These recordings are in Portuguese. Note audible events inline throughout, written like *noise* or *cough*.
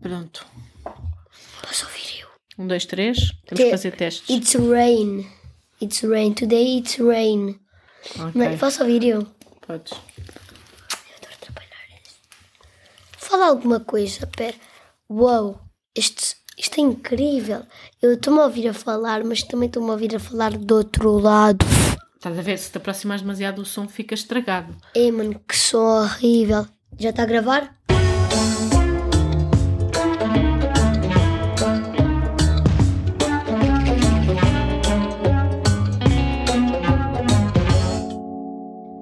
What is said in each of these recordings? Pronto. Posso ouvir eu? Um, dois, três. Temos que Te- fazer testes. It's rain. It's rain. Today it's rain. Mãe, Ok. posso ouvir eu? Podes. Eu adoro atrapalhar isso. Fala alguma coisa, pera. Uau, isto, isto é incrível. Eu estou-me a ouvir a falar, mas também estou-me a ouvir a falar do outro lado. Estás a ver? Se te aproximares demasiado, o som fica estragado. Ei, mano, que som horrível. Já está a gravar?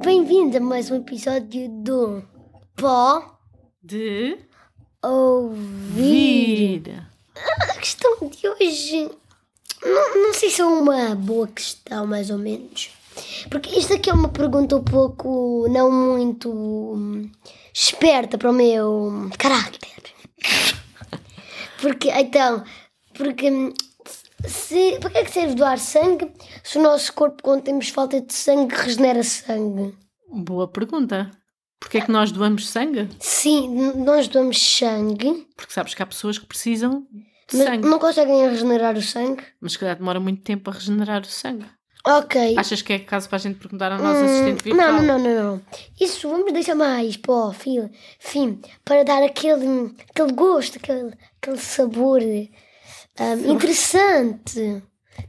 Bem-vindo a mais um episódio do Pó De. Ouvir. Vir. A questão de hoje. Não, não sei se é uma boa questão, mais ou menos. Porque isto aqui é uma pergunta um pouco. não muito. hum, esperta para o meu carácter. Porque, então. Porque. hum, Se, para que é que serve doar sangue se o nosso corpo, quando temos falta de sangue, regenera sangue? Boa pergunta. Porquê é que nós doamos sangue? Sim, n- nós doamos sangue, Porque sabes que há pessoas que precisam de mas sangue. não conseguem regenerar o sangue. Mas se calhar demora muito tempo a regenerar o sangue. Ok. Achas que é caso para a gente perguntar à nossa Hum, assistente virtual? Não, não, não, não, não. Isso vamos deixar mais para o fim, fim, para dar aquele, aquele gosto, aquele, aquele sabor hum, interessante.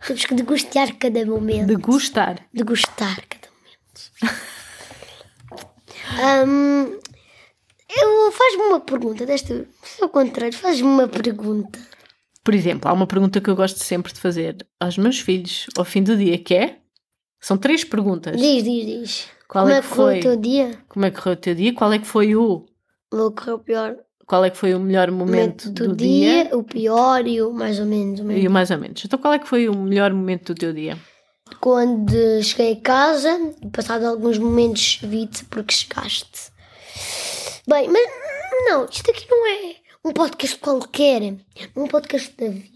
Temos que degustar cada momento. Degustar. Degustar cada momento. Hum, eu faz-me uma pergunta desta vez. Mas Ao contrário, faz-me uma pergunta. Por exemplo, há uma pergunta que eu gosto sempre de fazer aos meus filhos ao fim do dia, que é... São três perguntas. Diz, diz, diz. Qual Como é é que que foi foi? o teu dia? Como é que correu o teu dia? Qual é que foi o... Louco, o pior Qual é que foi o melhor momento do, dia? dia, o pior e o mais ou menos. o menos. E o mais ou menos. Então qual é que foi o melhor momento do teu dia? Quando cheguei a casa, passado alguns momentos, vi-te porque chegaste. Bem, mas não, isto aqui não é um podcast qualquer, é um podcast da vida.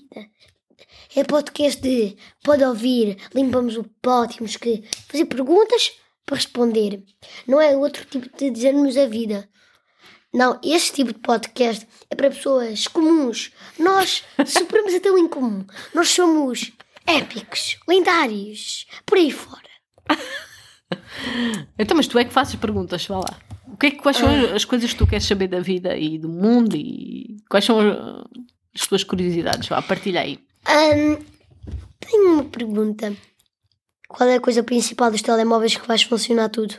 É podcast de pode ouvir, limpamos o pó, temos que fazer perguntas para responder. Não é outro tipo de dizer-nos a vida. Não, este tipo de podcast é para pessoas comuns. *laughs* Nós superamos até o incomum. Nós somos épicos, lendários, por aí fora. Então, mas tu é que fazes perguntas, vá lá. O que é que, quais são Ah. as coisas que tu queres saber da vida e do mundo e quais são uh, as tuas curiosidades? Vá, partilha aí. Ahn, tenho uma pergunta. Qual é a coisa principal dos telemóveis que faz funcionar tudo?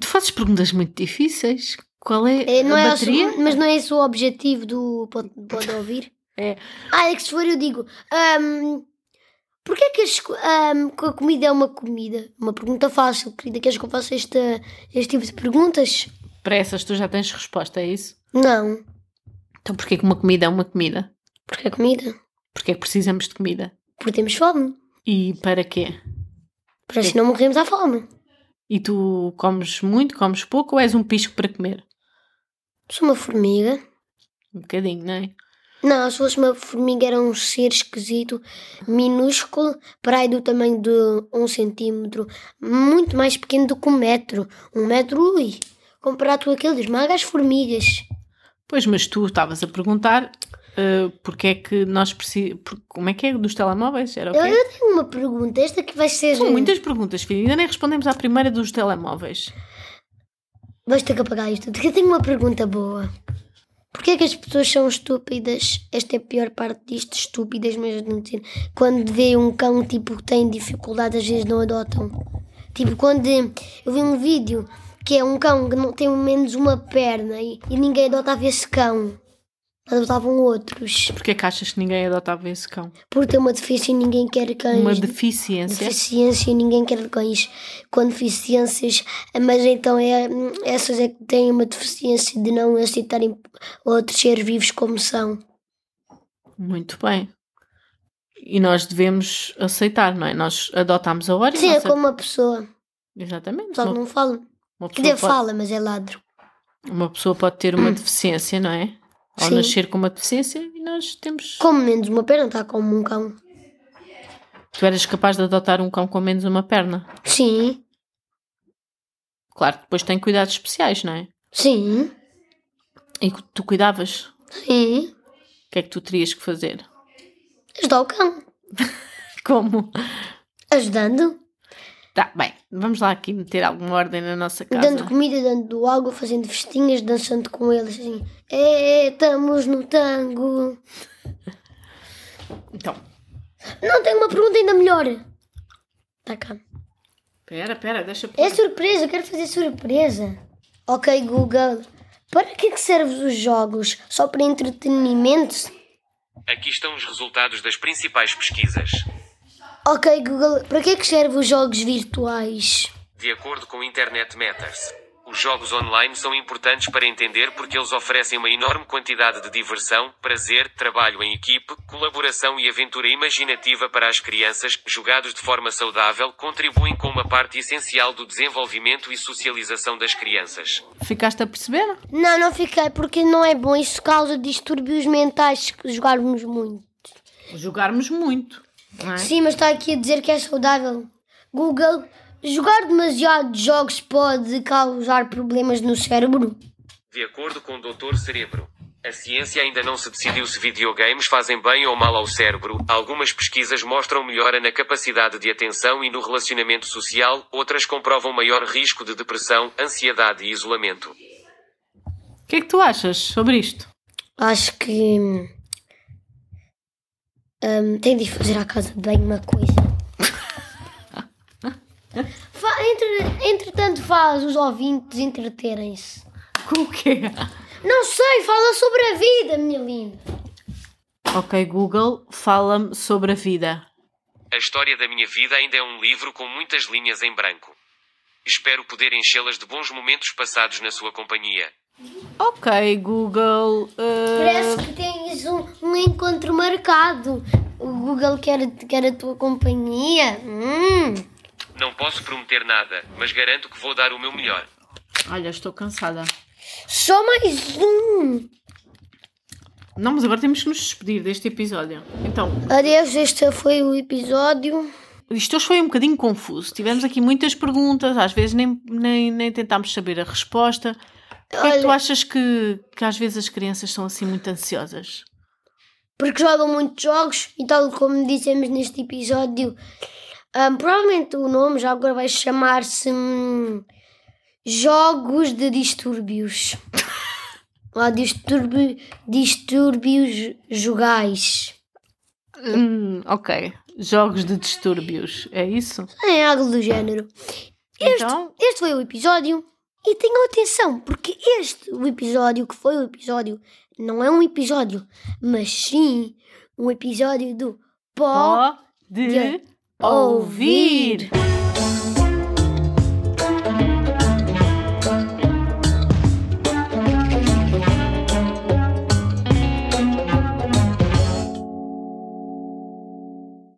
Tu fazes perguntas muito difíceis. Qual é, É, não a é o bateria? seu- mas não é esse o objetivo do pode, pode *laughs* ouvir? É. Ah, é que se for eu digo. Um, Porquê é que as co- ahm, que a comida é uma comida? Uma pergunta fácil, querida. Queres que eu faça este, este tipo de perguntas? Para essas tu já tens resposta, é isso? Não. Então porquê que uma comida é uma comida? Porque é comida. Porquê é que precisamos de comida? Porque temos fome. E para quê? Para assim não morremos à fome. E tu comes muito, comes pouco ou és um pisco para comer? Sou uma formiga. Um bocadinho, não é? Não, se fosse uma formiga era um ser esquisito, minúsculo, para aí do tamanho de um centímetro, muito mais pequeno do que um metro. Um metro, ui, comparado com aquele das magas formigas. Pois, mas tu estavas a perguntar uh, porque é que nós precisamos. Como é que é dos telemóveis? Era o Eu, quê? eu tenho uma pergunta, esta que vai ser... São muitas perguntas, filho. Ainda nem respondemos à primeira dos telemóveis. Vais ter que apagar isto, porque eu tenho uma pergunta boa. Porquê é que as pessoas são estúpidas? Esta é a pior parte disto, estúpidas, mas não dizer. Quando vê um cão, tipo, que tem dificuldade, às vezes não adotam. Tipo, quando eu vi um vídeo que é um cão que não tem menos uma perna e, e ninguém adotava esse cão. Adotavam outros. Porquê é que achas que ninguém adotava esse cão? Por ter uma deficiência e ninguém quer cães. Uma deficiência. Deficiência e ninguém quer cães com deficiências, mas então é, essas é que têm uma deficiência de não aceitarem outros seres vivos como são. Muito bem. E nós devemos aceitar, não é? Nós adotámos a hora e Sim, é nossa- como uma pessoa, Exatamente. só que Uma, não fala. Quer uma pessoa dizer, pode, fala, mas é ladro. uma pessoa pode ter uma deficiência, não é? Ao Hum. Sim. nascer com uma deficiência e nós temos. Como menos uma perna, está como um cão. Tu eras capaz de adotar um cão com menos uma perna. Sim, Claro, que depois tem cuidados especiais, não é? sim. E que tu cuidavas? Sim. O que é que tu terias que fazer? Ajudar o cão. Como? Ajudando. Tá, bem, vamos lá aqui meter alguma ordem na nossa casa. Dando comida, dando água, fazendo festinhas, dançando com eles. Assim. É, estamos no tango. Então, Não, tenho uma pergunta ainda melhor. Tá cá. pera, pera, deixa eu... É surpresa, eu quero fazer surpresa. Ok, Google. Para que, é que servem os jogos? Só para entretenimento? Aqui estão os resultados das principais pesquisas. Ok, Google. Para que, é que servem os jogos virtuais? De acordo com Internet Matters, os jogos online são importantes para entender porque eles oferecem uma enorme quantidade de diversão, prazer, trabalho em equipe, colaboração e aventura imaginativa para as crianças. Jogados de forma saudável, contribuem com uma parte essencial do desenvolvimento e socialização das crianças. Ficaste a perceber? Não, não fiquei, porque não é bom. Isso causa distúrbios mentais se jogarmos muito. Jogarmos muito, não é? Sim, mas está aqui a dizer que é saudável. Google, jogar demasiado jogos pode causar problemas no cérebro? De acordo com o Dr. Cerebro, a ciência ainda não se decidiu se videogames fazem bem ou mal ao cérebro. Algumas pesquisas mostram melhora na capacidade de atenção e no relacionamento social, outras comprovam maior risco de depressão, ansiedade e isolamento. O que é que tu achas sobre isto? Acho que. hum, hum, tem de ir fazer à casa de banho uma coisa. Fa- entre, entretanto, faz os ouvintes entreterem-se. Com o quê? Não sei, fala sobre a vida, minha linda. Ok, Google, fala-me sobre a vida. A história da minha vida ainda é um livro com muitas linhas em branco. Espero poder enchê-las de bons momentos passados na sua companhia. Ok, Google. eh, Parece que tens um, um encontro marcado. O Google quer, quer a tua companhia. Hum. Não posso prometer nada, mas garanto que vou dar o meu melhor. Olha, estou cansada. Só mais um. Não, mas agora temos que nos despedir deste episódio. Então, Adeus, este foi o episódio. isto hoje foi um bocadinho confuso. Tivemos aqui muitas perguntas, às vezes nem, nem, nem tentámos saber a resposta. Porquê é que tu Olha- achas que, que às vezes as crianças são assim muito ansiosas? porque jogam muitos jogos e tal como dissemos neste episódio, hum, provavelmente o nome já agora vai chamar-se hum, Jogos de Distúrbios. *laughs* Lá distúrbio, distúrbios jogais. Hum, ok. Jogos de distúrbios, é isso? É algo do género. Então, Este foi o episódio e tenham atenção, porque este o episódio que foi o episódio não é um episódio, mas sim um episódio do Pó. pode de ouvir. ouvir.